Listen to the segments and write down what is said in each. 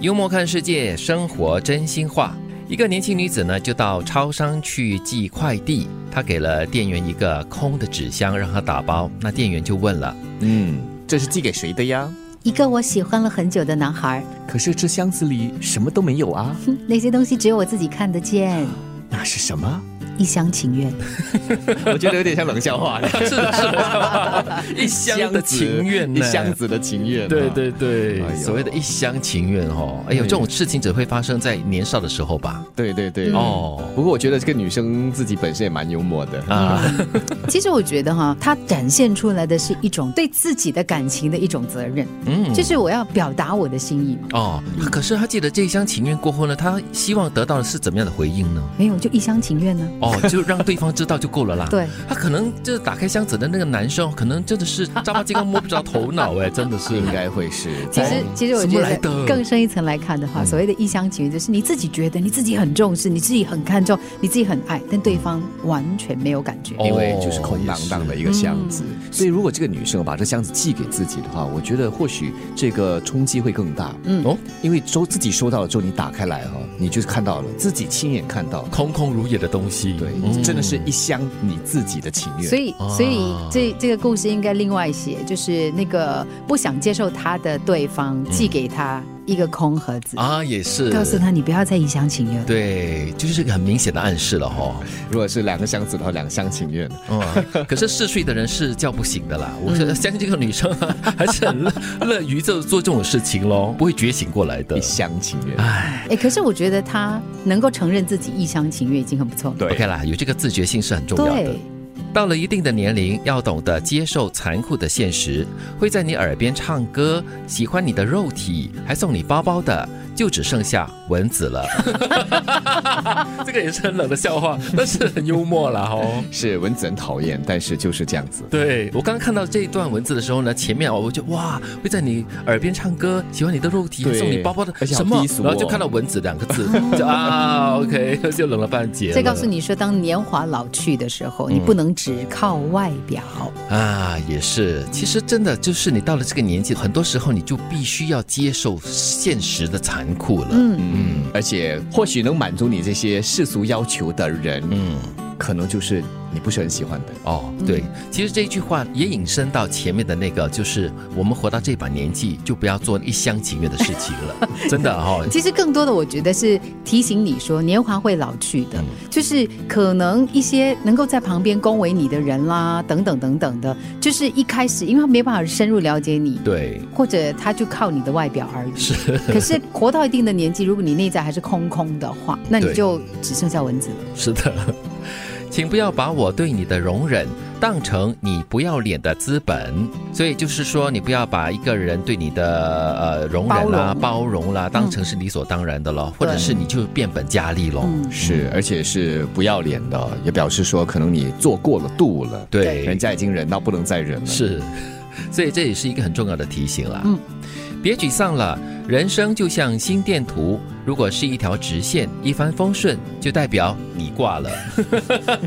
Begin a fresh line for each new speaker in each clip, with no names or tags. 幽默看世界，生活真心话。一个年轻女子呢，就到超商去寄快递，她给了店员一个空的纸箱，让她打包。那店员就问了
嗯，这是寄给谁的呀？
一个我喜欢了很久的男孩，
可是这箱子里什么都没有啊，
嗯
哼那些东西只有我自己看 得见，
那是什么？
一厢情愿。
我觉得有点像冷笑 话，：“
是的，是的，一箱
哎
的情愿呢，
一箱子的情愿啊，
对对对，
哎呦
所谓的一厢情愿哦，哎呦，
嗯
这种事情只会发生在年少的时候吧？
对对对。哦，
哦
不过我觉得这个女生自己本身也蛮幽默的，
啊，
其实我觉 得哈，他展现出来的是一种对自己的感情的一种责任，
嗯，
就是我要表达我的心意嘛。
哦，可是他记得这一厢情愿过后呢，他希望得到的是怎么样的回应呢？
没有，就一厢情愿呢。
哦，就让对方知道就够了啦。
对，
他可能就是打开箱子的那个男生，可能真的是扎巴金刚摸不着头脑哎，真的 是
应。该会是。
其实其实我觉
什么来的嗯
得更深一层来看的话，所谓的一厢情愿，就是你自己觉得你自己很重视，你自己很看重，你自己很爱，但对方完全没有感觉。
哦
因为就是空荡荡的一个箱子，所以如果这个女生把这箱子寄给自己的话，我觉得或许这个冲击会更大。
嗯
哦
因为收自己收到了之后，你打开来哈、你就看到了自己亲眼看到，
空空如也的东西，
对，
嗯
真的是一箱你自己的情愿。
所以
啊，
所以这这个故事应该另外写，就是那个不想接受他的对方寄给他一个空盒子，
嗯啊，也是
告诉他你不要再一厢情愿。
对，就是个很明显的暗示了哈、
如果是两个箱子的话，两厢情愿。
嗯，可是嗜睡的人是叫不醒的啦。我
嗯
是相信这个女生啊，还是很乐乐于做做这种事情咯，不会觉醒过来 的
一。厢情愿。
唉
哎，可是我觉得他能够承认自己一厢情愿已经很不错了。
，OK 啦，有这个自觉性是很重要的。到了一定的年龄，要懂得接受残酷的现实。会在你耳边唱歌、喜欢你的肉体，还送你包包的，就只剩下蚊子了。 这个也是很冷的笑话，但是很幽默啦哦。
是蚊子很讨厌，但是就是这样子。
对我刚刚看到这一段文字的时候呢，前面哦，我就哇会在你耳边唱歌，喜欢你的肉体，
对
送你包包的
而且好
什么
低，俗哦
然后就看到“蚊子”两个字，就啊 OK，就 冷了半截了。
再告诉你说，当年华老去的时候，
嗯
你不能只靠外表。
啊，也是，其实真的就是你到了这个年纪，很多时候你就必须要接受现实的残酷了。
嗯，
嗯，而且或许能满足你这些世俗要求的人，
嗯
可能就是你不是很喜欢的。
哦，对，其实这句话也引申到前面的那个，就是我们活到这把年纪，就不要做一厢情愿的事情了，真的哈、 哦。
其实更多的我觉得是提醒你说，年华会老去
嗯
的，就是可能一些能够在旁边恭维你的人啦，等等等等的，就是一开始因为他没办法深入了解你。
对，
或者他就靠你的外表而已。是，可是活到一定的年纪，如果你内在还是空空的话，那你
对
就只剩下蚊子了。
是的， 请不要把我对你的容忍当成你不要脸的资本。所以就是说，你不要把一个人对你的呃容忍啦、包容啦，当成是理所当然的咯，或者是你就变本加厉咯。
嗯
是，而且是不要脸的，也表示说可能你做过了度了，
对
人家已经忍到不能再忍了。，
是， 所以这也是一个很重要的提醒啦。
嗯，
别沮丧了，人生就像心电图，如果是一条直线，一帆风顺，就代表你挂了。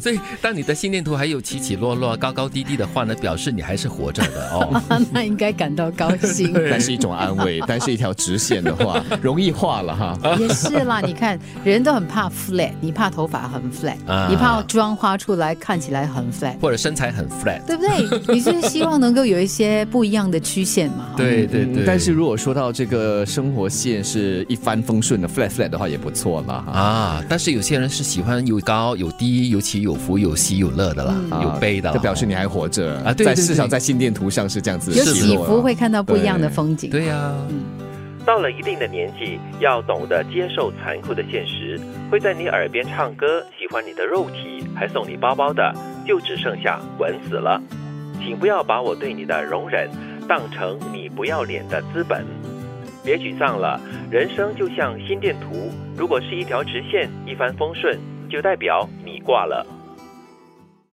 所以，当你的心电图还有起起落落、高高低低的话呢，表示你还是活着的哦。
嗯 那应该感到高兴。
但是一种安慰，但是一条直线的话，容易化了哈。
也是啦，你看，人都很怕 flat，你怕头发很 flat，、
啊
你怕妆花出来看起来很 flat，
或者身材很 flat，
对 不对？你就是希望能够有一些不一样的曲线嘛。
对对
嗯
对，
但是如果说到这个生活线是一帆风顺的 flat flat 的话，也不错了哈。
啊，但是有些人是喜欢有高有低，有起有伏，有喜有乐的啦，
啊
有悲的啦，
这表示你还活着
啊对对
在
对
至少在心电图上是这样子的
有
记录
起
啊
伏会看到不一样的风景。
对呀、
到了一定的年纪，要懂得接受残酷的现实。会在你耳边唱歌，喜欢你的肉体，还送你包包的，就只剩下吻死了。请不要把我对你的容忍当成你不要脸的资本。别沮丧了，人生就像心电图，如果是一条直线，一帆风顺，就代表你挂了。